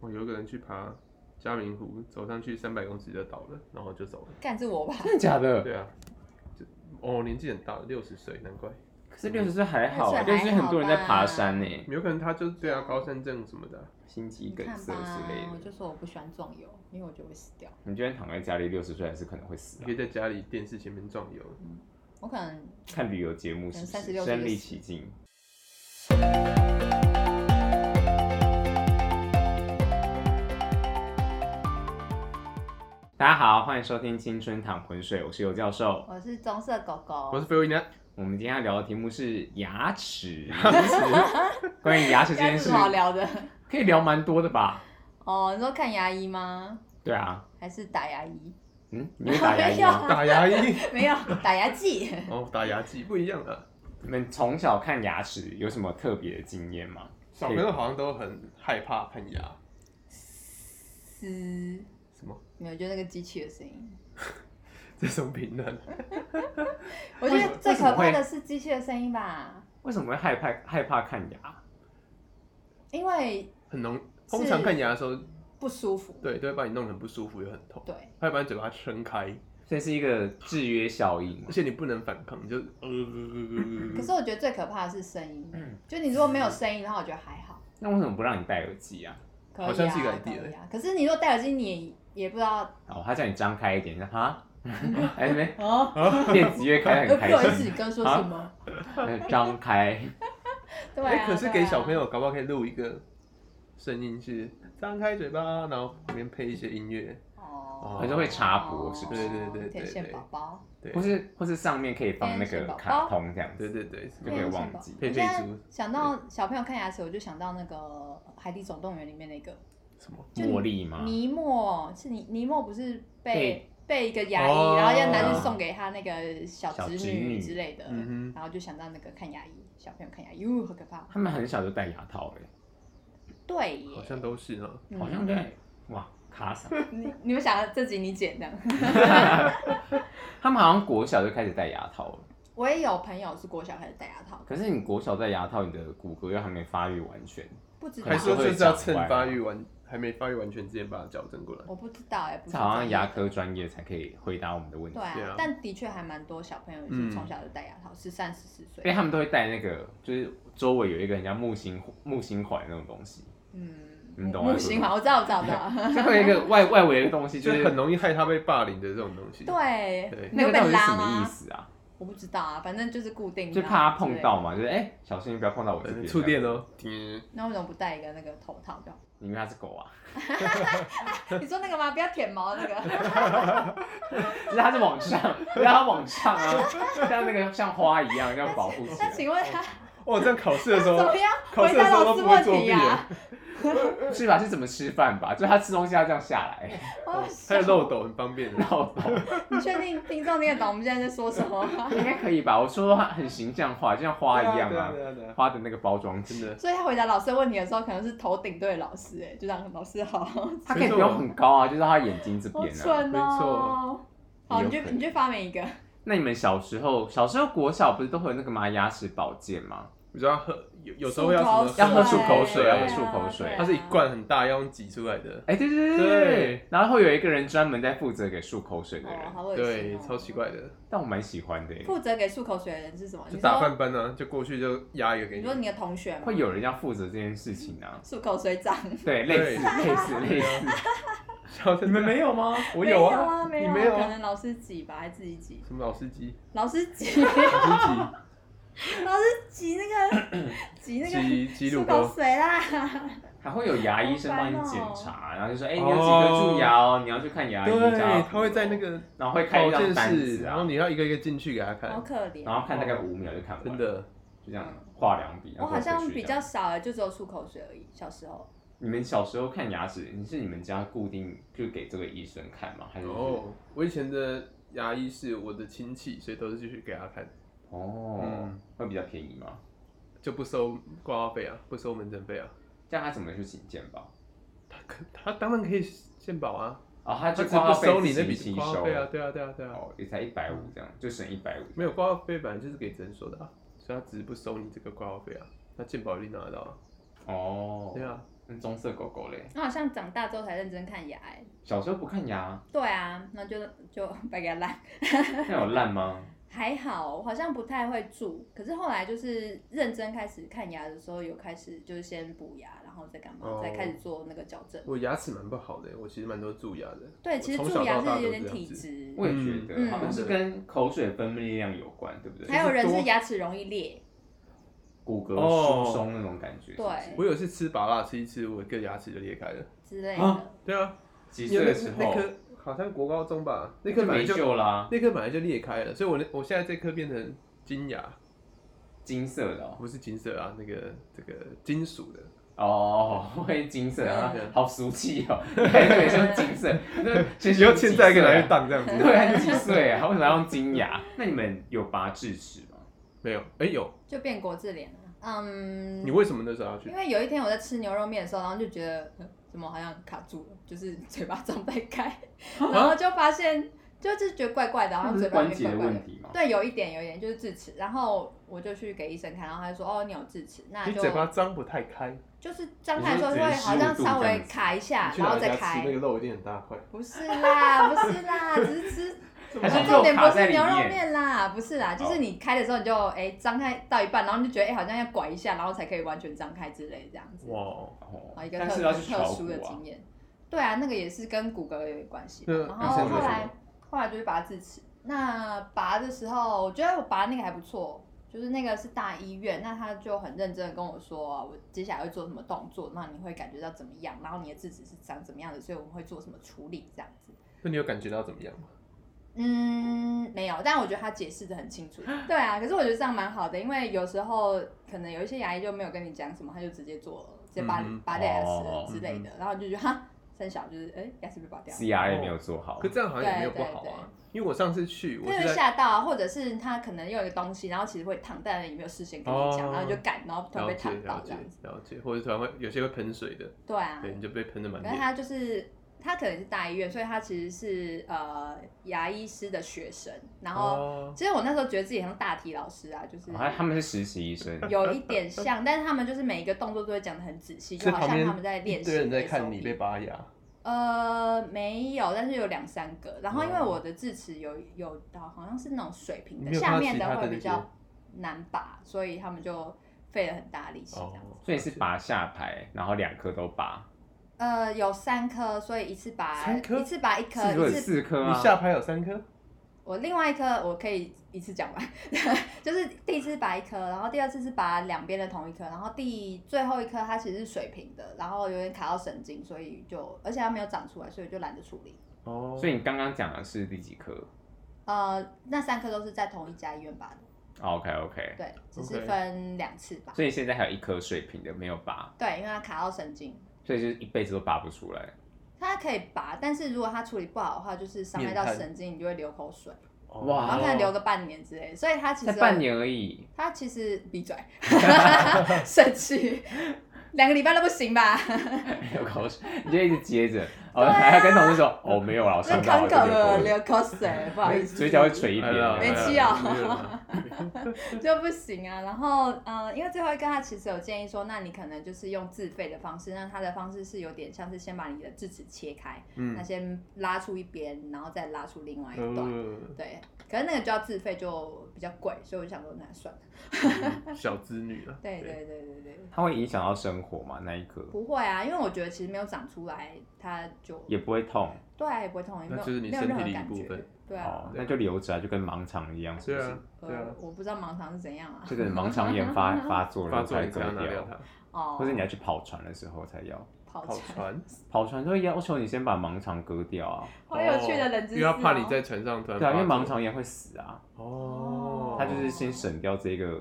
我有一个人去爬嘉明湖，走上去三百公尺就倒了，然后就走了。干是我吧？真的假的？对啊，就哦，年纪很大了，六十岁，难怪。可是六十岁还好啊，六六十岁十岁还好吧很多人在爬山呢，有可能他就是对啊，高山症什么的啊、心肌你梗看塞吧之类，我的。就说我不喜欢壮游，因为我觉得会死掉。你就算躺在家里，六十岁还是可能会死你啊可。以在家里电视前面壮游。我可能看旅游节目是不可能是36身就死临其境？大家好，欢迎收听《青春淌浑水》，我是尤教授。我是棕色狗狗，我是菲维娜，我们今天要聊的题目是 牙齿，关于牙齿这牙件有什事么好聊的？ 可以聊蛮多的吧？哦，你说看牙医吗？对啊，还是打牙医？嗯，你会打 牙医吗？打牙医没有打牙 技，哦，打牙祭不一样啊。你们从小看牙齿有什么特别的经验吗？小朋友好像都很害怕看牙，嘶，什么？没有，就那个机器的声音。这什么评论？我觉为什得么最可怕为什的么是机器的声音吧，为什么会害怕害怕看牙？因为很浓。通常看牙的时候，不舒服。对，都会把你弄得很不舒服，又很痛，对还会把你嘴巴撑开，这是一个制约效应嘛而？且你不能反抗，你就呃。可是我觉得最可怕的是声音，嗯就你如果没有声音的话，我觉得还好，那为什么不让你戴耳机啊？可以啊，好像是一个可 idea 以啊。可是你如果戴耳机，你也也不知道哦，他叫你张开一点，你说 哈，哎没，哦，啊电子乐开得又不很开好意思 心，你刚说什么？呃张开，对哎、啊，可是对给啊小朋友，搞不好可以录一个声音是张开嘴巴，然后旁边配一些音乐，哦，还是会插播是不是对对对对天线宝宝，对或，是或是上面可以放那电视个宝宝卡通这样对对子，对，什么就可以电视忘宝记。佩我佩现在猪想到小朋友看牙齿，我就想到那个《海底总动员》里面那个什么，就你茉莉吗？尼莫，是尼尼莫不是被被一个牙医，然后要拿去送给他那个小小侄侄女之类的，嗯然后就想到那个看牙医，小朋友看牙医，哟，好可怕。他们很小就戴牙套了耶，对耶哼，，好像都是哈。嗯好像戴哇卡嗓，你你们想要这集你剪的。他们好像国小就开始戴牙套了。我也有朋友是国小开始戴牙套，可是你国小戴牙套，你的骨骼又还没发育完全，不知道还是说会就是要长趁歪啊发育完还没发育完全之前把它矫正过来。我不知道哎、不是这好专像业牙的科专业才可以回答我们的问题对。啊，对啊嗯但的确还蛮多小朋友也是从小就戴牙套，十三、十四因为岁。他们都会戴那个，就是周围有一个很像木星木星环那种东西，嗯，你懂我啊木在说星什么环，我知道，我知道，我知道。就会有一个外外围的东西，就就是是很容易害他被霸凌的这种东西。 对啊对，你那有个被到底是拉什么意吗？思啊？我不知道啊，反正就是固定，就然后怕他之碰类到的。嘛，就是哎、小心不要碰到我这呃，边。触电哦，嗯那为什么不戴一个那个头套就好？ 因为它是狗啊，你说那个吗？不要舔毛那个。 就是它是往上， 让它往上啊，像那个像花一样，要保护起那来。请问他哦，这样考试的时 怎候，么样 考回试的答时候老都师不会问作弊题耶，啊？是吧？是怎么吃饭吧？就它吃东西要这样下来，我哦还有想漏斗很方便的然。后 你确定听众听得懂我们现在在说什么吗？ 应该可以吧？我说的话很形象化，就像花一样对啊啊，对啊对啊，花的那个包装真纸，的。所以他回答老师的问题的时候，可能是头顶对老师，哎，就让老师好，好它可以不用很高啊，就是它眼睛这边啊。蠢没哦错。好，你有就可能你就发明一个。那你们小时候，小时候国小不是都会有那个吗？牙齿保健吗？比如说要喝，有有时候要什么要喝漱漱口口水水对啊要喝漱口对水啊，它是一罐很大，要用挤出来的。哎、对对对对对然后会有一个人专门在负责给漱口水的人，哦，好恶心、哦。对，超奇。怪的，但我蛮喜欢的耶。负责给漱口水的人是什么？就你打说饭班啊呢，就过去就压一个给你你说。你的同学吗？会有人要负责这件事情 啊？漱口水长。对，类似类似类似，小的你们没有吗？我有没有啊，啊，没你没有啊可能老师挤吧，还自己挤。 什么老司机，老师 挤，老司老师挤那个，挤那个机，挤挤乳漱口沟，水啦。还会有牙医生帮你检查，然后就说，哎、你有几颗哦蛀牙哦，你要去看牙医。对这样，他会在那，个然后会开保一张健单室，子然后啊，你要一个一个进去给他好看，可怜。然后看大概五秒就看完，真，的。就这样画两笔。然我后好像回去比这样较少了，就只有漱口水而已。小时候，你们小时候看牙齿，你是你们家固定就给这个医生看吗？还是哦，我以前的牙医是我的亲戚，所以都是继续给他看，哦，嗯会比较便宜吗？就不收挂号费啊，不收门诊费啊。这样他怎么去请健保？他可他当然可以健保啊，啊、他他只就是挂号不费收你那自己笔吸挂号收费啊，对啊对啊对啊，哦，也才一百五这样，就省一百五。没有挂号费本来就是给诊所的啊，所以他只是不收你这个挂号费啊，那健保一定拿得到啊，哦对，啊，嗯棕色狗狗嘞，我好像长大之后才认真看牙、欸，小时候不看牙，对啊，然后就就白给它烂。那有 烂吗？还好，好像不太会蛀，可是后来就是认真开始看牙的时候，有开始就是先补牙，然后再干嘛，哦再开始做那个矫正。我牙齿蛮不好的，我其实蛮多蛀牙的。对，我其实从蛀小牙到大是有都点这样体子。质，我也觉嗯得好像是跟口水分泌量有关，对不对？还有人就是是牙齿容易裂。骨骼哦疏松那种感觉，对我有一次吃拔蜡吃一吃，我一个牙齿就裂开了。之类啊的。对啊，几岁的时那候颗好像国高中吧，那颗就本来没就救啦，那颗本来就裂开了，所以我那我现在这颗变成金牙，金色的哦不是金色啊，那个这个金属的。哦，我会金色啊嗯，好俗气哦，你还以为像金色，那其实以后欠债可以拿来去当这样 子。对啊，你几岁啊？为什么要用金牙？那你们有拔智齿吗？没有，哎、有，就变国字脸了。嗯你，为什么那时候要去因？为有一天我在吃牛肉面的时候，然后就觉得、嗯怎么好像卡住了，就是嘴巴张不开，然后就发现就是觉得怪怪的，好啊那像不嘴是巴有关节点的怪怪的问。题吗？对，有一点，有一点就是智齿，然后我就去给医生看，然后他就说：“哦，你有智齿，那你就嘴巴张不太开，你就是张开的时候你会是指好像15度稍这微样子卡一下，去然老后人家再吃开那。个肉一定很大块。不是啦，不是啦，只是吃 还是重肉点不卡在是里牛肉面？面啦，不是啦，就是你开的时候你就哎张、开到一半，然后你就觉得哎、好像要拐一下，然后才可以完全张开之类这样子。哇，哦啊，一个但特是要去特炒殊股的啊经，验。对啊，那个也是跟骨骼有点关系吧。那医然哦后生后说什来么后来就是拔智齿。那拔的时候，我觉得我拔那个还不错，就是那个是大医院，那他就很认真的跟我说，我接下来会做什么动作，那你会感觉到怎么样，然后你的智齿是长怎么样的，所以我们会做什么处理这样子。那你有感觉到怎么样吗？嗯，没有，但我觉得他解释的很清楚。对啊，可是我觉得这样蛮好的，因为有时候可能有一些牙医就没有跟你讲什么，他就直接做了，直接拔、嗯拔掉牙哦齿之类的，然后你就觉得哈，三小就是哎、牙齿被拔掉了， ，CR 也没有做好可。这样好像也没有对不对好啊，因为我上次去，我那就是在吓到啊，或者是他可能用一个东西，然后其实会烫，但你没有事先跟你讲，哦然后你就赶，然后突然了被解烫到了这解样子。了解，或者突然会有些会喷水的，对啊，对，你就被喷的蛮可是厉害。他就是他可能是大医院，所以他其实是呃牙医师的学生，然后、哦，其实我那时候觉得自己很像大体老师啊，就是。啊，他们是实习医生，有一点像，但是他们就是每一个动作都会讲的很 仔细，是就好旁像边他们在练一习。堆人在看你被。拔牙，呃，没有，但是有两三个。然后因为哦我的智齿有有到好像是那种水平你的，没有下看到面其他的会那比些较难拔，所以他们就费了很大力气这样子。哦，所以是拔下排，然后两颗都拔，呃，有三颗，所以一次拔三颗一次拔一颗，四颗有一次四颗你啊。下排有三颗，我另外一颗我可以一次讲完， 就是第一次拔一颗，然后第二次是拔两边的同一颗，然后第最后一颗它其实是水平的，然后有点卡到神经，所以就而且它没有长出来，所以就懒得处理。哦，所以你刚刚讲的是第几颗呃，那三颗都是在同一家医院拔的， ？OK OK，对，只是 OK 分两次拔。哦所以现在还有一颗水平的没有拔，对，因为它卡到神经，所以就是一辈子都拔不出来。它可以拔，但是如果它处理不好的话，就是伤害到面瘫神经，你就会流口水，哦哇然后可能流个半年之类的，所以它其实才半年而已，他其实闭嘴，生气，两个礼拜都不行吧？流口水，你就一直接着，哦，还要跟同事说，哦，没有啦，我啊那上班康我狗就流口了，水流口水，不好意思，嘴角会垂一边，哎没有吃有药哦， 就不行啊。然后呃，因为最后一个他其实有建议说，那你可能就是用自费的方式，那他的方式是有点像是先把你的智齿切开，嗯那，先拉出一边，然后再拉出另外一段。呃对，可是那个就要自费，就比较贵，所以我就想说那算了。小子女啊，对对对对对，它会影响到生活嘛？那一颗不会啊，因为我觉得其实没有长出来，它就也不会痛，对啊，也不会痛，也那没有就是你没有身任体何的一感部觉分。对啊，哦，那就留着啊，就跟盲肠一样，是对不啊是？，对啊呃，，我不知道盲肠是怎样啊。这个盲肠 炎发发作发了作才你走才要拿掉掉，它，哦，或者你要去跑船的时候才要。跑跑船，船，跑船就会要求你先把盲肠割掉啊，好有趣的人知哦哦因为他怕你在船上突然对啊，因为发盲作肠炎会死啊，哦，他就是先省掉这个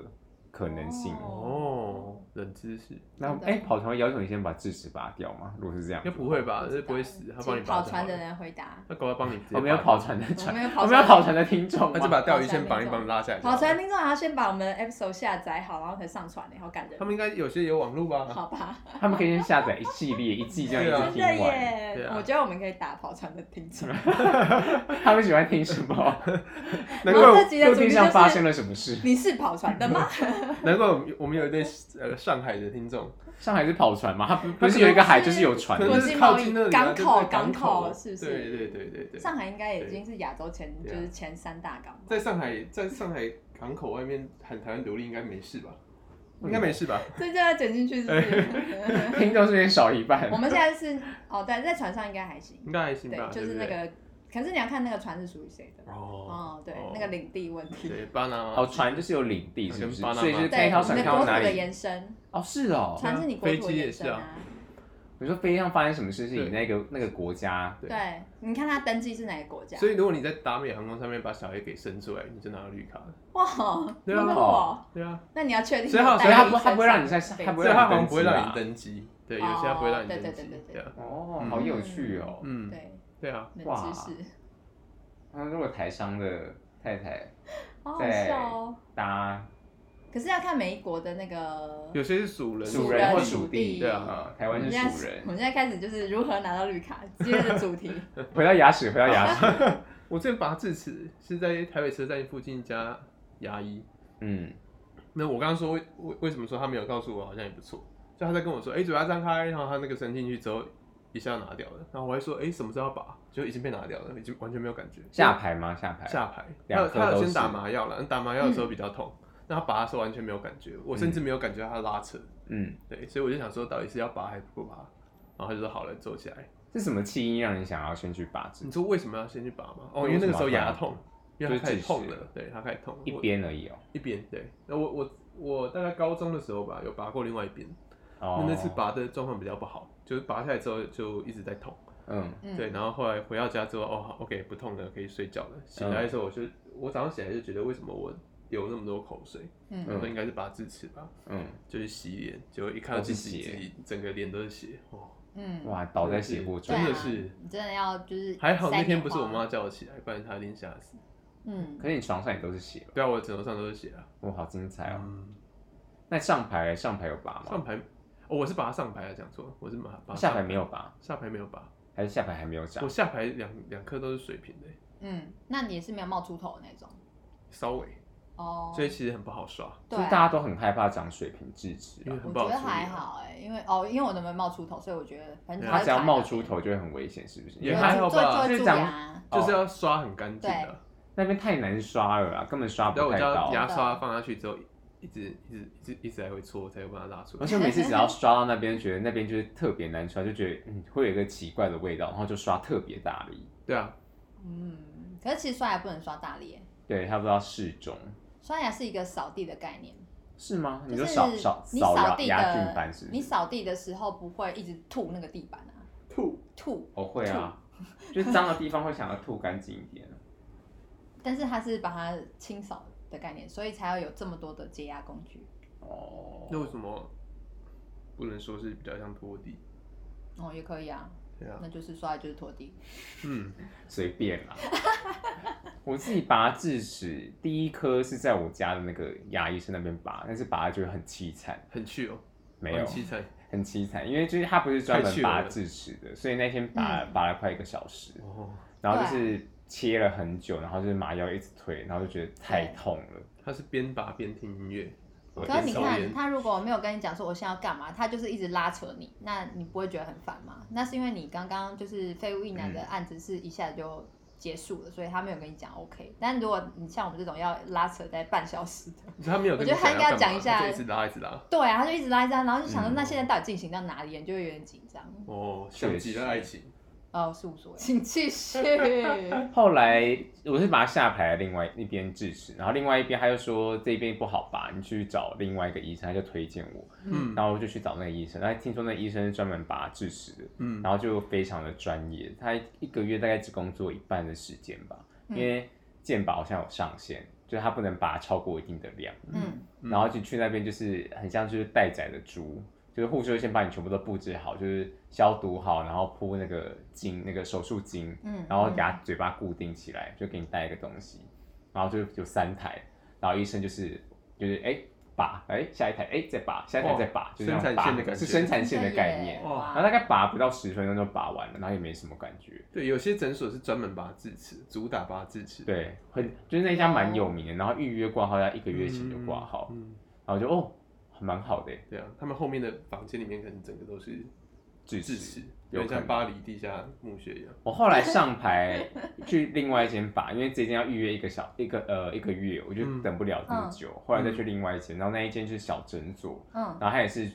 可能性。哦，冷知识，那真的哎、跑船会要求你先把智齿拔掉吗？如果是这样应该子的话，不会吧？这不会死，他帮你拔跑就船好的了，人 回答，那搞快帮你直接我哦们有拔跑船的我船，没有我跑们有跑船。船的听众那就吗？把钓鱼线绑一绑拉下来。跑船，听众还要先把我们的 episode 下载好，然后才上传呢，好感人他。们应该有些有网路吧？ 好吧，他们可以先下载一系列一季这样对一啊真直的听完。对耶！啊我觉得我们可以打跑船的 听众。他们喜欢听什么？难然后怪这集的陆主题地就上发生是了什么事？你是跑船的吗？难怪我们我们有一对呃上海的听众，上海是跑船吗？它不不是有一个海，就是有船可的国能意思。际是贸易靠近那里、啊、港口就是在港港口是不是对对对对对。上海应该已经是亚洲前就对啊是前三大港吧，在上海，在上海港口外面喊台湾独立应该没事吧？应该没事吧？这就要剪进去是不是？听众是不是少一半我？们现在是哦，对，在船上应该还行，应该还嗯行对吧？，就对是不那对个，可是你要看那个船是属于谁的。哦，哦，对哦，那个领地问题，对，巴拿马哦，船就是有领地，是不嗯是？巴拿马所以就是看对，一条船你看的国到土哪的里。延伸，哦，是哦。船是你国飞土的机也延是伸啊啊。你说飞上发生什么事情，那个那个国家对对，你看它登记是哪个国家？所以如果你在达美航空上面把小孩给生出来，你就拿到绿卡了。哇，对那啊么我，对啊，那你要确定所以有它带所以它医不生哦它不会让你上在飞它所不会以让他你好像不会让登记啦你登机，啊对，有哦些他不会让你对登对机。对对对啊，哦，嗯好有趣哦。嗯，对，对啊，冷哇知识，那如果台商的太太好好对笑哦。搭可是要看每一国的那个有些是属人，属主人或属属地，地对啊啊，台湾是我们现属在人我。们现在开始就是如何拿到绿卡，今天的主题。回到牙齿，回到牙 齿。我之前拔智齿是在台北车站附近一家牙医。嗯，那我刚刚说为为为什么说他没有告诉我，好像也不错。就他在跟我说，哎、嘴巴张开，然后他那个伸进去之后，一下拿掉了。然后我还说，哎、什么时候要拔？就已经被拿掉了，已经完全没有感觉。下排吗？下排。下排，他两有颗他有都先是打麻药了，打麻药的时候比较痛，那、他拔的时候完全没有感觉，我甚至没有感觉到他拉扯。嗯，对，所以我就想说，到底是要拔还是不拔？然后他就说好了，走起来。是什么起因让你想要先去拔智你？说为什么要先去拔吗？哦，为因为那什个么时候要拔牙痛，因为就是它开始自痛食了，对，它开始痛了。一我边而已哦。一边，对。那我我我大概高中的时候吧，有拔过另外一边，哦那，那次，拔的状况比较不好，就是拔下来之后就一直在痛。嗯，嗯对，然后后来回到家之后，哦好，OK，不痛了，可以睡觉了。嗯醒来的时候，我就我早上起来就觉得为什么我流那么多口水，嗯我说应该是拔智齿吧，嗯，就去洗脸，结果一看到都是自己血自己整个脸都是血，哦，嗯，哇，倒在斜坡中真，对的啊是你真的要就是还好那塞天棉不是我花，妈叫我起来，不然她一定吓死。嗯，可是你床上也都是血吧？对啊，我枕头上都是血啊。哇，好精彩哦！嗯，那上排上排有拔上吗？排，哦，我是拔上排啊，讲错，我是拔拔下排没有，有拔，下排没有拔，还是下排还没有长我？下排两两颗都是水平的，嗯，那你也是没有冒出头的那种稍微，哦。所以其实很不好刷，对就啊是大家都很害怕长水平智齿哦因为，吧我很不觉好得处理还啊。好哎、因为哦，因为我都没冒出头，所以我觉得反正对它它会只要卡啊冒到出头就会很危险，是不是？也因为还它好做吧做就是蛀长牙，哦就是要刷很干净对的，那边太难刷了啊啦，根本刷然后不啊我太家到。啊牙刷放下去之后，一直一直一直一直来回搓，才会把它拉出而来。且每次只要刷到那边，觉得那边就是特别难刷，就觉得嗯会有一个奇怪的味道，然后就刷特别大力。对啊，嗯，可是其实刷牙不能刷大力欸、对，它不知道适中，刷牙是一个扫地的概念，是吗？你就就是扫扫你扫扫牙地牙菌的斑是，不你是？扫地的时候不会一直吐那个地板啊，吐吐，我会啊，就是脏的地方会想要吐干净一点。啊但是它是把它清扫的概念，所以才要有这么多的洁牙工具。 哦，那为什么不能说是比较像拖地？哦，也可以啊，对嗯啊，那就是刷牙就是拖地。嗯，随便啦。 我自己拔智齿，第一颗是在我家的那个牙医生那边拔，但是拔的就很凄惨，很去哦，没有很凄惨很凄惨，因为就是他不是专太门去拔了智齿的，所以那天拔、嗯啊拔了快一个小时，哦。然后就是切了很久，然后就是麻药一直推，然后就觉得太痛了。他是边拔边听音乐，我可是你边抽看，烟他如果没有跟你讲说我现在要干嘛，他就是一直拉扯你，那你不会觉得很烦吗？那是因为你刚刚就是废物一男嗯的案子是一下就结束了，所以他没有跟你讲 OK。但如果你像我们这种要拉扯在半小时的， 你说他没有跟你我觉得他应该要干嘛讲一下他就一直拉一直拉。对啊，他就一直拉一直拉，然后就想说嗯那现在到底进行到哪里，你就会有点紧张。哦，确像实极了爱情，哦，是无所谓，请继续。后来我是把它下排另外一边智齿，然后另外一边他就说这边不好拔，你去找另外一个医生，他就推荐我，嗯然后我就去找那个医生，然后听说那医生是专门拔智齿的，嗯，然后就非常的专业，他一个月大概只工作一半的时间吧，嗯因为健保好像有上限，就是他不能拔超过一定的量， 嗯，嗯然后就去那边就是很像就是待宰的猪，就是护士会先把你全部都布置好，就是消毒好，然后铺那个巾那个手术巾，嗯然后给他嘴巴固定起来，就给你带一个东西，然后就有三台，然后医生就是就是哎拔哎下一台哎再拔下一台哇再拔，就是那生产种拔线的感是觉生产线的概念。哇然后大概拔不到十分钟就拔完了，然后也没什么感觉。对，有些诊所是专门拔智齿，主打拔智齿，，对，很就是那家蛮有名的，然后预约挂号要一个月前就挂号，嗯，然后就哦，蛮好的耶，对啊，他们后面的房间里面可能整个都是智智齿。齿，有点有可像能巴黎地下墓穴一样。我后来上排去另外一间吧，因为这间要预约一个小一个呃一个月，我就嗯等不了这么嗯久。后来再去另外一间，然后那一间是小诊所，嗯，然后他也是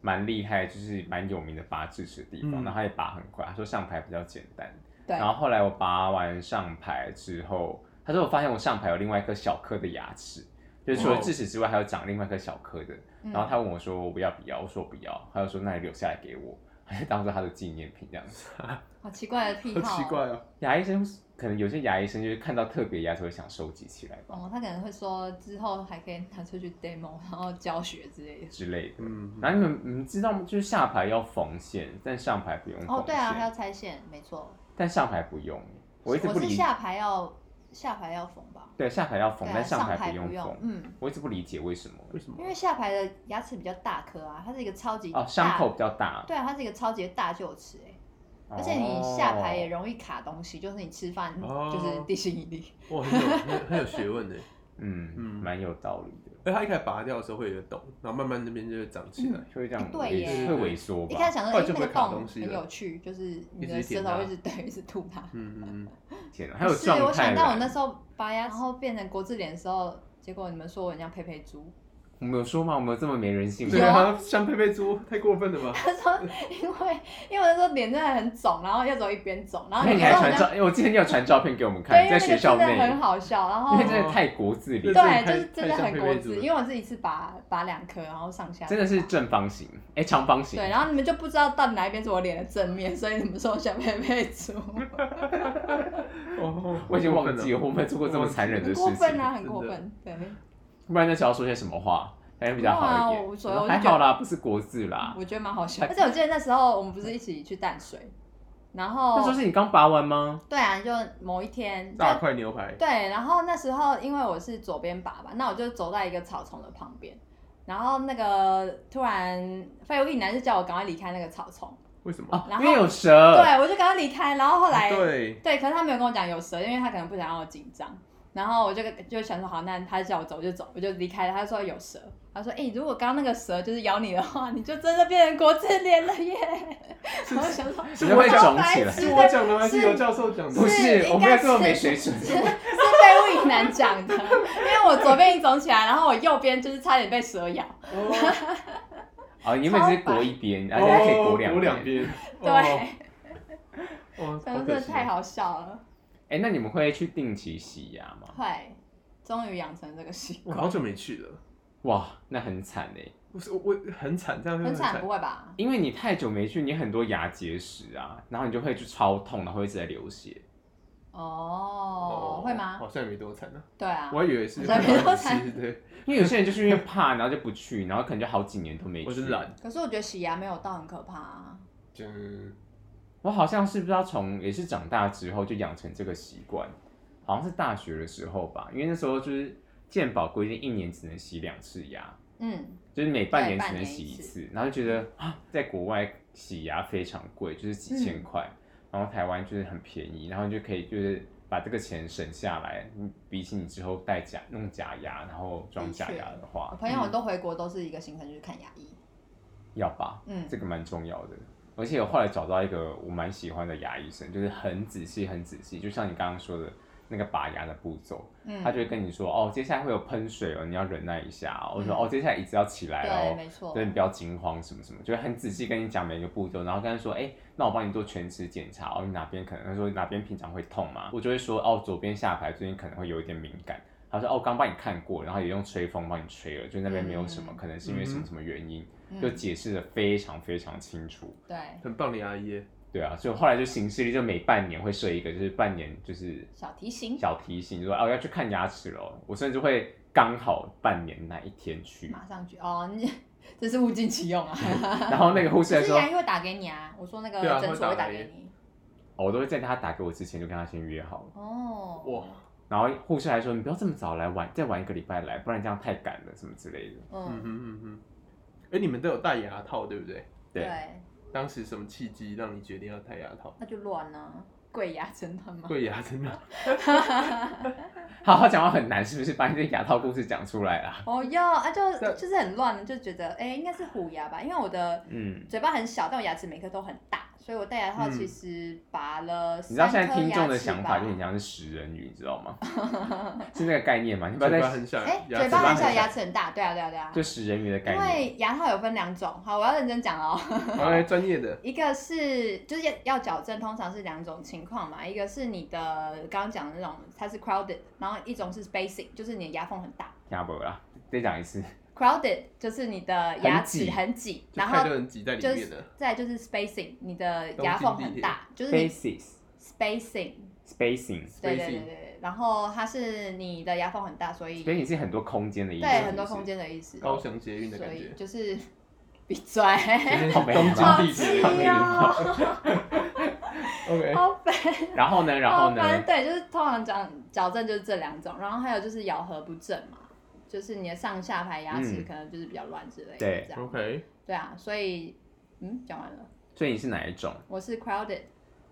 蛮厉害，就是蛮有名的拔智齿的地方，嗯然后他也拔很快，他说上排比较简单。对然，后后来我拔完上排之后，他说我发现我上排有另外一颗小颗的牙齿，就是除了哦智齿之外还有长另外一颗小颗的。嗯然后他问我说我要不要，我说我不要，他就说那你留下来给我，当做他的纪念品这样子。好奇怪的癖好好，奇怪啊！牙医生可能有些牙医生就是看到特别牙齿会想收集起来吧哦，他可能会说之后还可以拿出去 demo，然 后教学之类的。之类的。嗯，然后你们你们知道吗？就是下排要缝线，但上排不用缝线。哦，对啊，还要拆线，没错。但上排不用。我一直不是理下排要下排要缝吧？对下排要缝对，啊，但上上排排不不用用缝。嗯，我一直不理解为什么。为什么因？为下排的牙齿比较大颗啊，它是一个超级哦，伤口比较大大。，对啊，它是一个超级大臼齿哎，而且你哦下排也容易卡东西，就是你吃饭哦就是地心引力。哇，很有很有很有学问呢。 嗯嗯蛮有道理的，而它一开始拔掉的时候会有一个洞，然后慢慢那边就会长起来。就会这样哎对耶会萎缩吧一。开始想说，后哎来，就不那会个卡洞东西很了有趣，就是你一直舔的舌头它一直对，一直吐它。嗯嗯嗯，天哪，还有是，状我想态到我那啦。时候拔牙，然后变成国字脸的时候，结果你们说我很像佩佩猪。我们有说吗？我们有这么没人性吗对？啊，像佩佩猪太过分了吧？他说，因为因为我那时候脸真的很肿，然后又走一边肿，然后那你还说我传像照？因为哎我记得你有传照片给我们对，看，因在为那学个校真的内，很好笑。然后 因为真的太国字脸，对，太就是真的太像很佩国佩猪字，了因为我自己是拔拔两颗，然后上下真的是正方形，哎，长方形。对，然后你们就不知道到底哪一边是我脸的正面，所以你们说我像佩佩 猪，哦，我已经忘记了。我们做过这么残忍的很事过分情。啊，很过真的分，对，不然那时候要说些什么话，感觉比较好一没有啊我无所点。谓我就还觉得好啦，不是国字啦。我觉得蛮好笑。而且我记得那时候我们不是一起去淡水，然后那时候是你刚拔完吗？对啊，就某一天大块牛排，对，然后那时候因为我是左边拔吧，那我就走在一个草丛的旁边，然后那个突然废物一男就叫我赶快离开那个草丛，为什么？哦，然因后为有蛇。对我就赶快离开，然后后来对，对可是他没有跟我讲有蛇，因为他可能不想让我紧张，然后我就就想说好，那他叫我走就走，我就离开了。他说有蛇，他说哎、如果刚刚那个蛇就是咬你的话，你就真的变成国字脸了耶， 然后想说是你会我讲，肿起来白痴是的我讲的还是是有教授讲的不？是 是，我应没有该这么没是水准。是是被魏一男讲 的，因为我左边一肿起来，然后我右边就是差点被蛇咬。哦，哦，你原本是国一边，然后现在可以哦国裹两两边。边，对，哦，哇，真好的可真的惜太哦。好笑了。哎，那你们会去定期洗牙吗？会，终于养成这个习我惯，好久没去了，哇，那很惨哎，不是我我很惨，这样会很惨惨不。会吧？因为你太久没去，你很多牙结石啊，然后你就会去超痛，然后一直在流血。哦，会吗？好像也没多惨呢，对啊我，还以为是好像没多惨是对，因为有些人就是因为怕，然后就不去，然后可能就好几年都没 去。我是懒，可是我觉得洗牙没有到很可怕啊。嗯，我好像是不知道从也是长大之后就养成这个习惯，好像是大学的时候吧，因为那时候就是健保规定一年只能洗两次牙，嗯，就是每半年对只能半年洗一一次次，然后就觉得啊，在国外洗牙非常贵，就是几千嗯块，然后台湾就是很便宜，然后就可以就是把这个钱省下来，你比起你之后戴假弄假牙然后装的假确牙的我话，朋友都回国都是一个行程就是看牙医。要吧，嗯这个蛮重要的。而且我后来找到一个我蛮喜欢的牙医生，就是很仔细、很仔细，就像你刚刚说的那个拔牙的步骤，嗯他，就会跟你说哦，接下来会有喷水哦，你要忍耐一下哦。我说嗯哦，接下来椅子要起来对，哦，没错所。以你不要惊慌什么什么，就会很仔细跟你讲每个步骤，然后跟他说，哎、那我帮你做全齿检查哦，你哪边可能他说哪边平常会痛嘛，我就会说哦，左边下排最近可能会有一点敏感。他说哦，刚帮你看过，然后也用吹风帮你吹了，就那边没有什么，嗯可能是因为什么嗯什么原因，嗯就解释的非常非常清楚。对，很棒的牙医耶，对啊，所以后来就行事历就每半年会设一个，就是半年就是小提醒，小提醒，就说哦要去看牙齿咯。我甚至会刚好半年那一天 去，马上去哦。你这是物尽其 用啊。然后那个护士还可是说，牙医会打给你啊，我说那个对啊诊所会会打打给给你。哦我都会在他打给我之前就跟他先约好了。哦，哇，然后护士还说：“你不要这么早来晚，再晚一个礼拜来，不然这样太赶了，什么之类的。嗯哼嗯，嗯哼，哎，你们都有戴牙套对不对？对对，当时什么契机让你决定要戴牙套？那就乱啊。 跪牙诊断吗？对牙 真的，好好讲话很难，是不是？把你这牙套故事讲出来啦。哦哟啊，就对就是很乱，就觉得哎、应该是虎牙吧，因为我的嗯，嘴巴很小，但我牙齿每颗都很大，所以我戴牙套嗯其实拔了你三知道颗牙现齿吧。在听众的想法就很像是食人鱼，你知道吗？ 是那个概念嘛？你不要嘴巴再很小，哎、牙嘴齿巴很小，很牙齿很大，对啊对啊对啊。就食人鱼的概因念。为牙套有分两种，好，我要认真讲哦。 小，哎，专业的，一个是就是要要矫正，通常是两种情况嘛，一个是你的刚刚讲的那种它是 crowded，然后一种是 basic，就是你的牙缝很大。牙伯啦，再讲一次。 crowded 就是你的牙齿挤很挤，就然太后多人挤在里就面是了。再就是 spacing，你的牙缝很大，就是你 Spaces spacing， spacing 对对对 Spacing 对对，然后它是你的牙缝很大，所以 spacing 是很多空间的意思。对很多空间的意思，高雄捷运的所感以觉，就是闭嘴，今天是好没东礼貌京地铁好没礼貌好气哦，OK，好烦。是不是。然后呢？然后哦反呢正？对，就是通常讲矫正就是这两种，然后还有就是咬合不正嘛，就是你的上下排牙齿嗯可能就是比较乱之类的，对这样 OK，对啊，所以嗯，讲完了，所以你是哪一种？我是 crowded，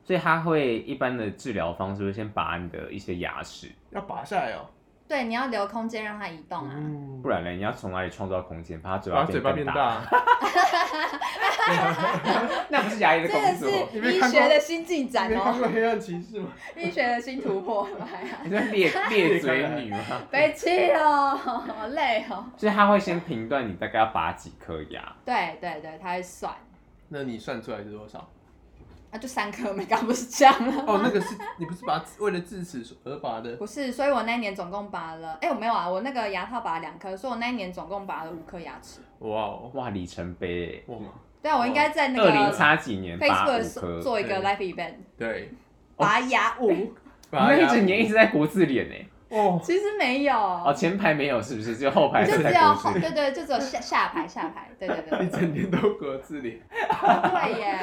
所以他会一般的治疗方式会先拔你的一些牙齿，要拔下来哦，对，你要留空间让它移动啊，嗯不然呢？你要从哪里创造空间？把他嘴巴把嘴巴变变更，啊大，那不是牙医的这工个作。你是没医看过学的新进展你没看哦，过黑暗骑士吗？ 医学的新突破，哎呀你在猎猎嘴女吗？ 被气哦，好累哦，所以他会先评断你大概要拔几颗牙，对对对，它会算那你算出来是多少？啊，就三颗，没刚不是这样了吗哦，那个是你不是把为了智齿而拔的？不是，所以我那一年总共拔了，哎、我没有啊，我那个牙套拔了两颗，所以我那一年总共拔了五颗牙齿。哇哦，哇，里程碑哇，对啊，我应该在欸！那二零个差几年拔五 Facebook 颗，哦做一个对 live event，对，拔牙舞。我们一整年一年直在国字脸哎，哦，其实没有，哦，前排没有是不是？就后排就是只在有国后对字脸。对，就只有下下排下排，对对对一整年都国字脸，对耶，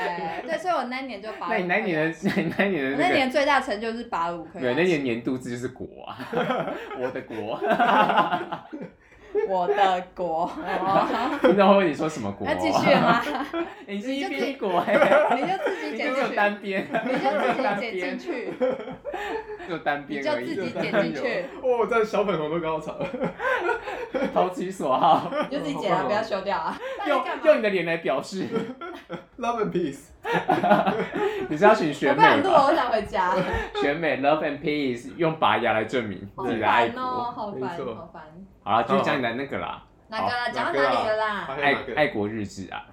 对，所啊以我那一年就拔了五颗那牙齿。你那一年的那你那一年我的那那个年最大成就是拔了五颗牙对，齿。那年年度字就是国 啊，我的国。我的 国，哦听众会问你说什么国？要继续了吗？ 你是一你就边国哎，啊你就自己你剪就进只有去，单边， 你就自己单剪进边，去。就单边而你就自已己，点进 去哦，这样小粉红都高潮了，投其所好，你就自己剪 啊，不要修掉啊。用用你的脸来表示。 ，Love and Peace，你是要请学我不妹想录，吧？我想回 家。学妹 love and peace，用拔牙来证明好自己的爱烦哦，国。好没烦，错好烦。好了，就讲你的那个啦，哪个啊？好讲到哪个哪啊里了啦？还爱有哪个？爱国日志啊，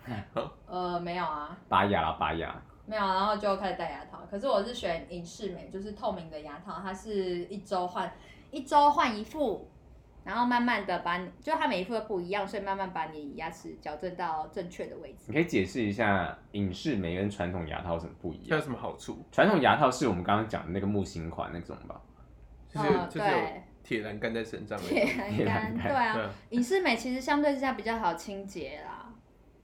呃，没有啊，拔牙啦，拔牙。没有啊，然后就开始戴牙套。可是我是选隐适美，就是透明的牙套，它是一周换一周换一副，然后慢慢的把你，就它每一副都不一样，所以慢慢把你牙齿矫正到正确的位置。你可以解释一下隐适美跟传统牙套有什么不一它有样？什么好处？传统牙套是我们刚刚讲的那个木星款那种吧？就是有就是有对，铁栏杆在身上而已，铁栏铁杆，栏杆哦对啊，对啊，隐适美其实相对之下比较好清洁啦，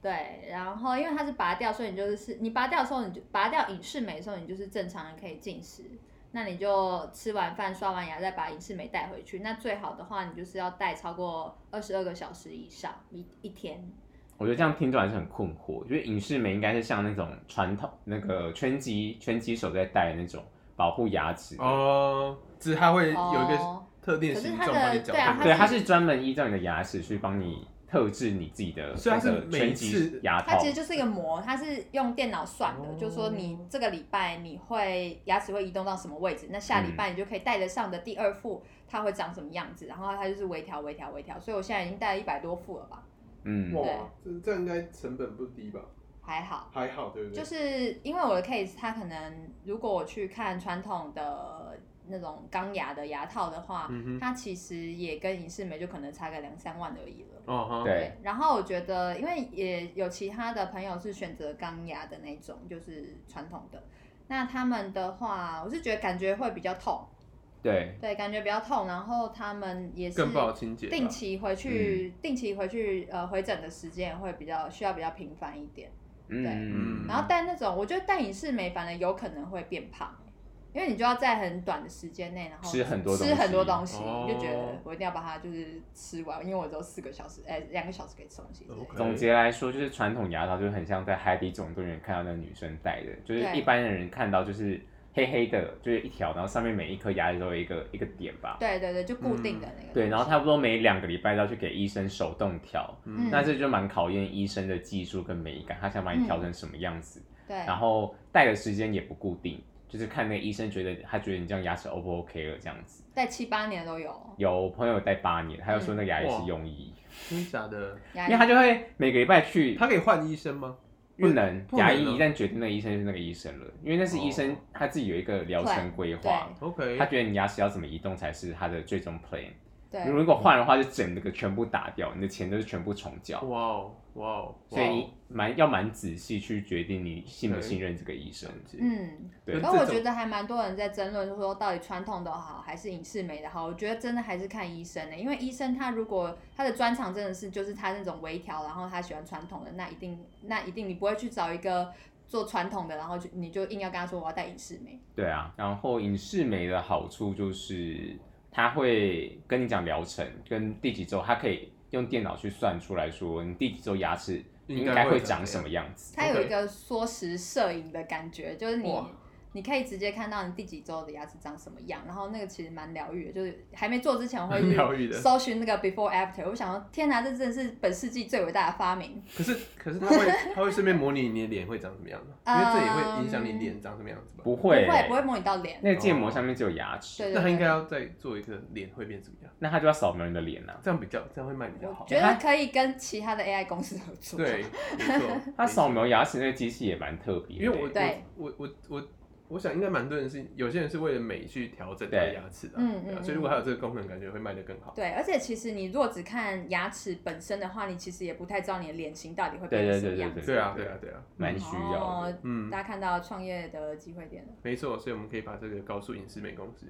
对，然后因为它是拔掉，所以你就是你拔掉的时候，你就拔掉隐适美的时候，你就是正常人可以进食，那你就吃完饭刷完牙再把隐适美带回去。那最好的话，你就是要带超过二十二个小时以上一一天。我觉得这样听众还是很困惑，就是隐适美应该是像那种传统那嗯个拳击拳击手在戴的那种保护牙齿的。哦，只是它会有一个哦，特定的形状可是它的帮你矫对啊它正，对，它是专门依照你的牙齿去帮你特制你自己的所以那它是个每拳次击牙它套其。实就是一个膜，它是用电脑算的，哦就是说你这个礼拜你会牙齿会移动到什么位置，那下礼拜你就可以带得上的第二副它会长什么样子，然后它就是微调微调微调，所以我现在已经带了一百多副了吧，嗯，哇，这这样应该成本不低吧？还好。还好，对不对？就是因为我的 case，它可能如果我去看传统的那种钢牙的牙套的话，嗯哼，它其实也跟隐适美就可能差个两三万而已了。哦哈，对，然后我觉得，因为也有其他的朋友是选择钢牙的那种，就是传统的。那他们的话，我是觉得感觉会比较痛，对，对，感觉比较痛。然后他们也是更不好清啊洁吧，定期回去，嗯定期回去呃回诊的时间也会比较需要比较频繁一点。嗯，然后戴那种，我觉得戴隐适美反而有可能会变胖，欸因为你就要在很短的时间内，然后吃很多东吃很多东西西，哦你就觉得我一定要把它就是吃完，因为我只有四个小时，哎、两个小时可以吃东西哦之类的。 OK 总结来说，就是传统牙套就很像在《海底总动员》看到那个女生戴的，就是对一般的人看到就是黑黑的，就是一条，然后上面每一颗牙齿都有一个一个点吧。对对对，就固定的那个东西、嗯对，然后差不多每两个礼拜都要去给医生手动调，嗯那这就蛮考验医生的技术跟美感，他想把你调成什么样子，对，然后戴的时间也不固定，就是看那个医生觉得他觉得你这样牙齿 O 不 OK 了这样子。在七八年都有，有朋友戴八年，他就说那个牙医嗯是哇庸医，真的假的？牙因为他就会每个礼拜去，他可以换医生吗？不能不能牙医一哦旦决定那个医生就是那个医生了，因为那是医生哦他自己有一个疗程规划，对 OK，他觉得你牙齿要怎么移动才是他的最终 plan。对如果换的话，就整个全部打掉，你的钱都是全部重缴。哇哦哇哦，所以哇哦你蛮要蛮仔细去决定你信不信任这个医生。了解嗯，对可我这种觉得还蛮多人在争论，就是说到底传统的好还是影视美的好？我觉得真的还是看医生的、欸因为医生他如果他的专长真的是就是他那种微调，然后他喜欢传统的，那一定那一定你不会去找一个做传统的，然后就你就硬要跟他说我要戴影视美，对啊，然后影视美的好处就是它会跟你讲疗程跟第几周，它可以用电脑去算出来说你第几周牙齿应应该该会会长长什么样子。它有 OK 一个缩时摄影的感觉，就是你哇你可以直接看到你第几周的牙齿长什么样，然后那个其实蛮疗愈的，就是还没做之前我会蛮疗愈去 的搜寻那个 before after，我想说天哪，这真的是本世纪最伟大的发明。可是可是他会他会顺便模拟你的脸会长什么样吗？因为这也会影响嗯你脸长什么样子吧？不不会欸、会不会模拟到脸，那个建哦模上面只有牙齿，对对那他对应该要再做一个脸会变怎么样？那他就要扫描你的脸啊。这样比较这样会卖比较我好。哎觉得可以跟其他的 AI 公司合作。对，没错。他扫描牙齿那个机器也蛮特别的，欸因为我对我我我我我想应该蛮多人是有些人是为了美去调整他的牙齿的，对嗯对啊嗯所以如果还有这个功能，感觉会卖得更好。对，而且其实你如果只看牙齿本身的话，你其实也不太知道你的脸型到底会变对成对什对么样对子。对啊，对啊，对啊，蛮需要的。哦，嗯，大家看到创业的机会点了。没错，所以我们可以把这个告诉影视美公司。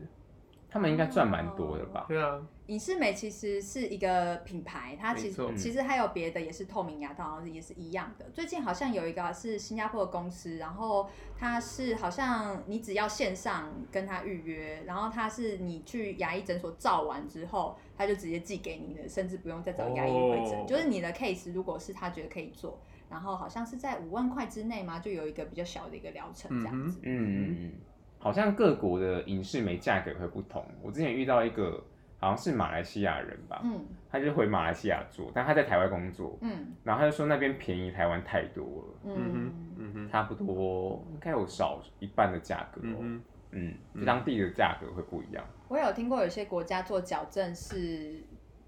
他们应该赚蛮多的哦吧？对啊，影视美其实是一个品牌，它其没错实其实还有别的也是透明牙套，好像也是一样的。最近好像有一个是新加坡的公司，然后它是好像你只要线上跟他预约，然后它是你去牙医诊所照完之后，他就直接寄给你的，甚至不用再找牙医会诊。哦就是你的 case 如果是他觉得可以做，然后好像是在五万块之内嘛，就有一个比较小的一个疗程这样子。嗯嗯嗯，好像各国的影视美价格会不同。我之前遇到一个好像是马来西亚人吧，嗯他就回马来西亚做，但他在台湾工作，嗯然后他就说那边便宜台湾太多了，嗯哼嗯，，嗯哼，差不多应该有少一半的价格、哦，嗯嗯，嗯就当地的价格会不一样。我有听过有些国家做矫正是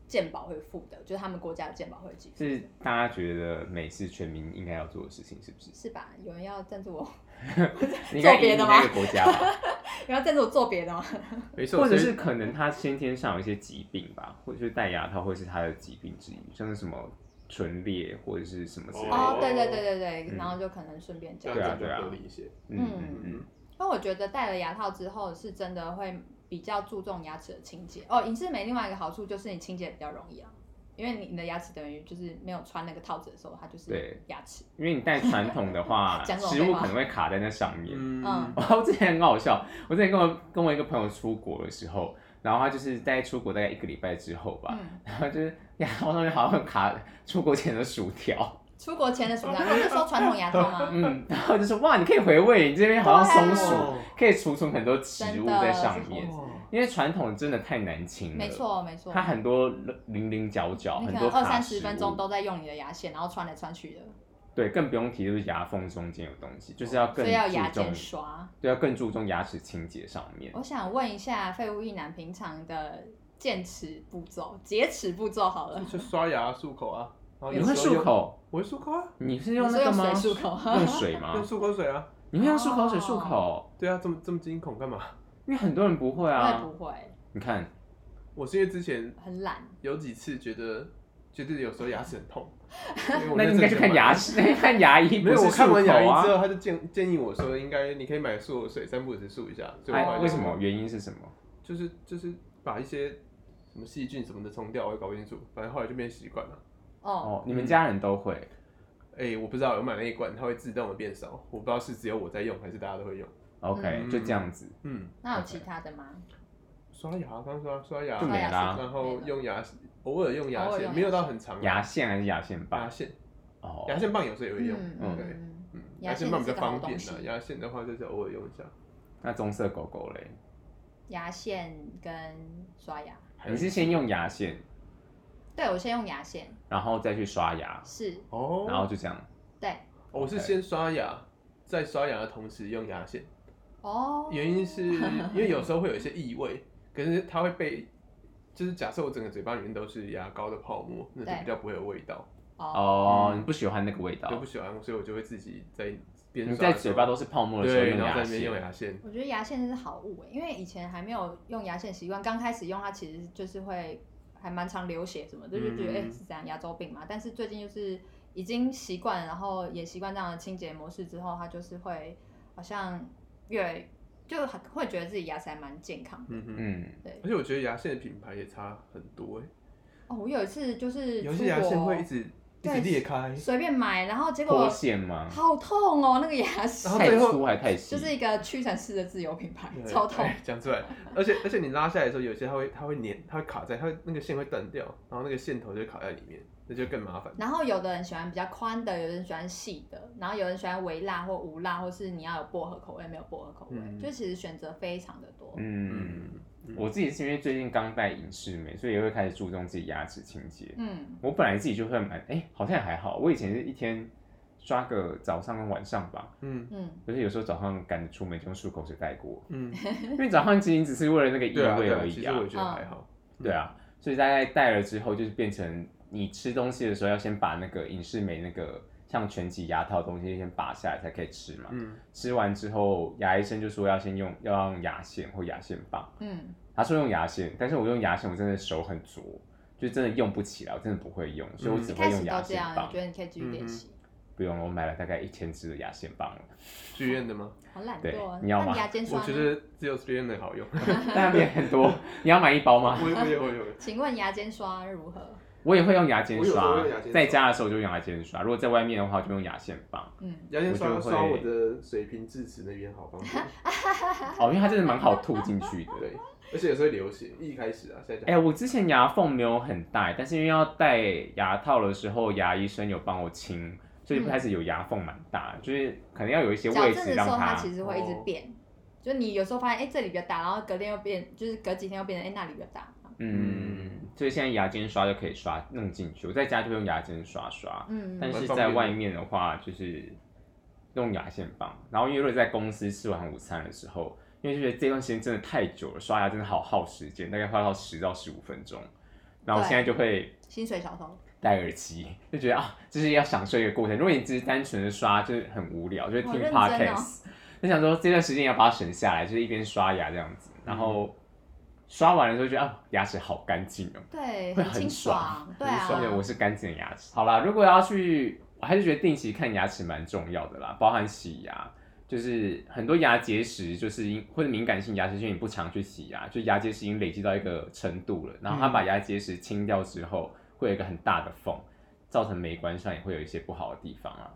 健保会付的，就是他们国家的健保会给付，是大家觉得美是全民应该要做的事情，是不是？是吧？有人要赞助我， 你应该移别民的那吗个国家 吧，有人要赞助我做别的吗？哼，没错，或者所是以可能他先天上有一些疾病吧，或者是戴牙套，或者是他的疾病之一，像是什么唇裂或者是什么之类的。哦哦，对对对对对，嗯然后就可能顺便这矫样子就正。对啊对啊合理一些。嗯嗯嗯嗯，因为我觉得戴了牙套之后，是真的会比较注重牙齿的清洁。哦，隐适美另外一个好处就是你清洁比较容易啊，因为你你的牙齿等于就是没有穿那个套子的时候，它就是对牙齿。，因为你戴传统的话 讲这种食物废话可能会卡在那上面。 嗯，我之前很好笑，我之前跟我跟我一个朋友出国的时候，然后他就是在出国大概一个礼拜之后吧，嗯， 然后就是牙套上面好像卡出国前的薯 条，出国前的暑假，他那时候传统牙套吗？嗯，然后就说哇，你可以回味，你这边好像松对鼠啊，可以储存很多植物在上哦面真，哇，因为传统真的太难清了，没，错没错，它很多零零角角，你很可多能二卡三食十物分钟都在用你的牙线，然后穿来穿去的，对，更不用提就是牙缝中间有东西，就是要更所以要牙注重间刷。对，要更注重牙齿清洁上面。我想问一下废物一男平常的健齿步骤、洁齿步骤好了就，就刷牙漱口啊，然后哦你有会时候漱用？口？我会漱口啊，你是你用是那个用吗？水漱口哦用水用 吗？漱口水啊。你会用漱口水漱口？对啊，这么这么惊恐干嘛？因为很多人不会我也啊不。会，你看，我是因为之前很懒。有几次觉得觉得有时候牙齿很 痛，所以我那你应该去看牙齿， 那你看牙医不没是有，我漱看完牙医之口啊。后，他就建建议我说，应该你可以买漱口水，三不五时漱一下。所以我后哎，来为什么？原因是什么？就是就是把一些什么细菌什么的冲掉，我也搞不清楚。反正后来就变习惯了。哦，哦，你们家人都会。哎、我不知道，我买那一罐，它会自动的变少，我不知道是只有我在用，还是大家都会用。 OK，嗯就这样子。嗯，那有其他的吗？刷牙，刚刚说刷牙就，没啦然后用牙，偶尔用牙偶尔用牙线，线没有到很长啊。牙线还是牙线牙棒？线，哦，牙线棒有时候也会用。嗯对，嗯，嗯，牙牙线线棒比较方是便个啊好东。西牙线的话就是偶尔用一下。那棕色狗狗嘞？牙线跟刷牙。还有你是先用牙线，对，我先用牙线，然后再去刷牙，是哦，然后就这样。对，我是先刷牙，在刷牙的同时用牙线，哦，原因 是因为有时候会有一些异味，可是它会被，就是假设我整个嘴巴里面都是牙膏的泡沫，那就对比较不会有味道，哦，哦，嗯你不喜欢那个味道就，不喜欢，所以我就会自己在边你刷在的时嘴候巴都是泡沫的时候对，用然后在牙那边用线。牙线，我觉得牙线真是好物哎，因为以前还没有用牙线习惯，刚开始用它其实就是会还蛮常流血什么的，就嗯觉得哎、是怎样牙周病嘛。但是最近就是已经习惯，然后也习惯这样的清洁模式之后，它就是会好像越就会觉得自己牙齿还蛮健康的。嗯哼。嗯，对而，且我觉得牙线的品牌也差很多哎、哦，我有一次就是有出些牙线会一国直一对直裂开，随便买，然后结脱果线吗？好痛哦，那个牙然线 后太最后粗还太细？就是一个屈臣氏的自由品牌，对超痛。哎讲出来。而且而且你拉下来的时候，有些它会它会粘，它会卡在，它会那个线会断掉，然后那个线头就会卡在里面，那就更麻烦。然后有的人喜欢比较宽的，有的人喜欢细的，然后有人喜欢微辣或无辣，或是你要有薄荷口味，没有薄荷口味，嗯就其实选择非常的多。嗯，嗯，我自己是因为最近刚戴隐适美，所以也会开始注重自己牙齿清洁。嗯，我本来自己就会蛮，哎、好像也还好。我以前是一天刷个早上跟晚上吧，嗯嗯，就是有时候早上赶着出门就用漱口水带过， 嗯，因为早上其实只是为了那个异对啊，味对啊，而其已实啊。我觉嗯得还好。嗯对啊，所以大概戴了之后，就是变成你吃东西的时候要先把那个隐适美那个像全集牙套的东西先拔下来才可以吃嘛。嗯，吃完之后，牙医生就说要先用要用牙线或牙线棒，嗯，他说用牙线，但是我用牙线我真的手很拙，就真的用不起来，我真的不会用，所以我嗯只一会开用始牙都这线样，棒你。觉得你可以继续练习，不用了，我买了大概一千支的牙线 棒了，剧院的吗？好懒对惰啊。你要吗那牙尖我刷觉呢？得只有剧院的 好用。但也很多。你要买一包 吗？我也我也我 也我也请问牙尖刷如何？我也会用牙尖我有时候刷会用牙尖，在刷家的时候就用牙尖刷，如果在外面的话就用牙线棒。嗯，牙线我刷就会刷我的水平智齿那边好方便，哦，因为它真的蛮好吐进 去的。对，而且有时候会流血，一开始啊，现在哎、就好我之前牙缝没有很大，但是因为要戴牙套的时候，牙医生有帮我清，所以就开始有牙缝蛮大，就是可能要有一些嗯矫位正的置时让候它它。哦其实会一直变，就你有时候发现哎、这里比较大，然后隔天又变，就是隔几天又变成哎、那里比较大。嗯，所以现在牙尖刷就可以刷弄进去，我在家就用牙尖刷刷，嗯，但蛮是方在便的外面的话就是用牙线棒。然后因为如果在公司吃完午餐的时候，因为就觉得这段时间真的太久了，刷牙真的好耗时间，大概花到十到十五分钟，然后我对现在就会。薪水小偷。戴耳机，就觉得啊，这是要享受一个过程。如果你只是单纯的刷，就是很无聊，就是好听认真哦 podcast，、就想说这段时间要把它省下来，就是一边刷牙这样子。然嗯后刷完了之后觉得啊，牙齿好干净哦。对，会很很清爽对啊，对，我是干净的牙齿。好啦，如果要去，我还是觉得定期看牙齿蛮重要的啦，包含洗牙。就是很多牙结石，就是因或者敏感性牙齿，因为你不常去洗牙，就牙结石已经累积到一个程度了。然后嗯它把牙结石清掉之后，会有一个很大的缝，造成美观上也会有一些不好的地方啊。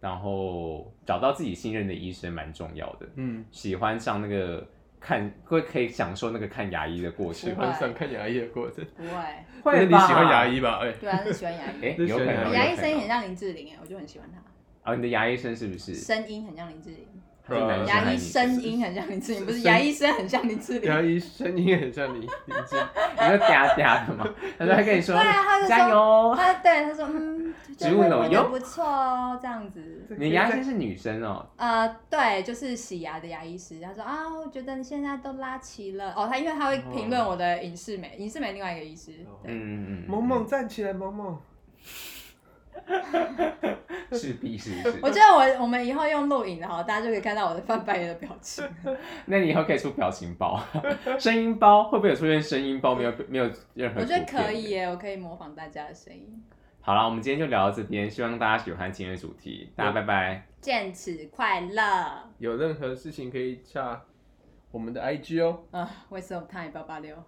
然后找到自己信任的医生蛮重要的，嗯，喜欢上那个看会可以享受那个看牙医的过喜程，欢上看牙医的过程，不会，但是你喜欢牙医吧？哎，对啊，是喜欢牙医。哎、有可能我有牙医可声音能很像林志玲哎，我就很喜欢他，啊、你的牙医生是不是？声音很像林志玲，他是男啊生还牙医是声女音很像林志玲，不是声牙医生很像林志牙玲。医声音很像你，你知生？你说嗲嗲的 吗？他说他跟你说对啊他就说加油，他对他说嗯，植就物会奶会油的不错哦，这样子。你的牙医生是女生哦，呃，对，就是洗牙的牙医师，他说啊，我觉得你现在都拉齐了哦。他因为他会评论我的影视美，影视美另外一个医师，哦对，嗯嗯嗯，萌萌站起来，萌萌。是必是不我是？觉得我我们以后用录影的哈，大家就可以看到我的翻白眼的表情。那你以后可以出表情包、 声音包，会不会有出现声音包？没有没有任何，嗯我觉得可以。耶，我可以模仿大家的声音。好了，我们今天就聊到这边，希望大家喜欢今天的主题，大家拜拜。健齿快乐！有任何事情可以洽我们的 IG 哦。啊、为什么看一八八六？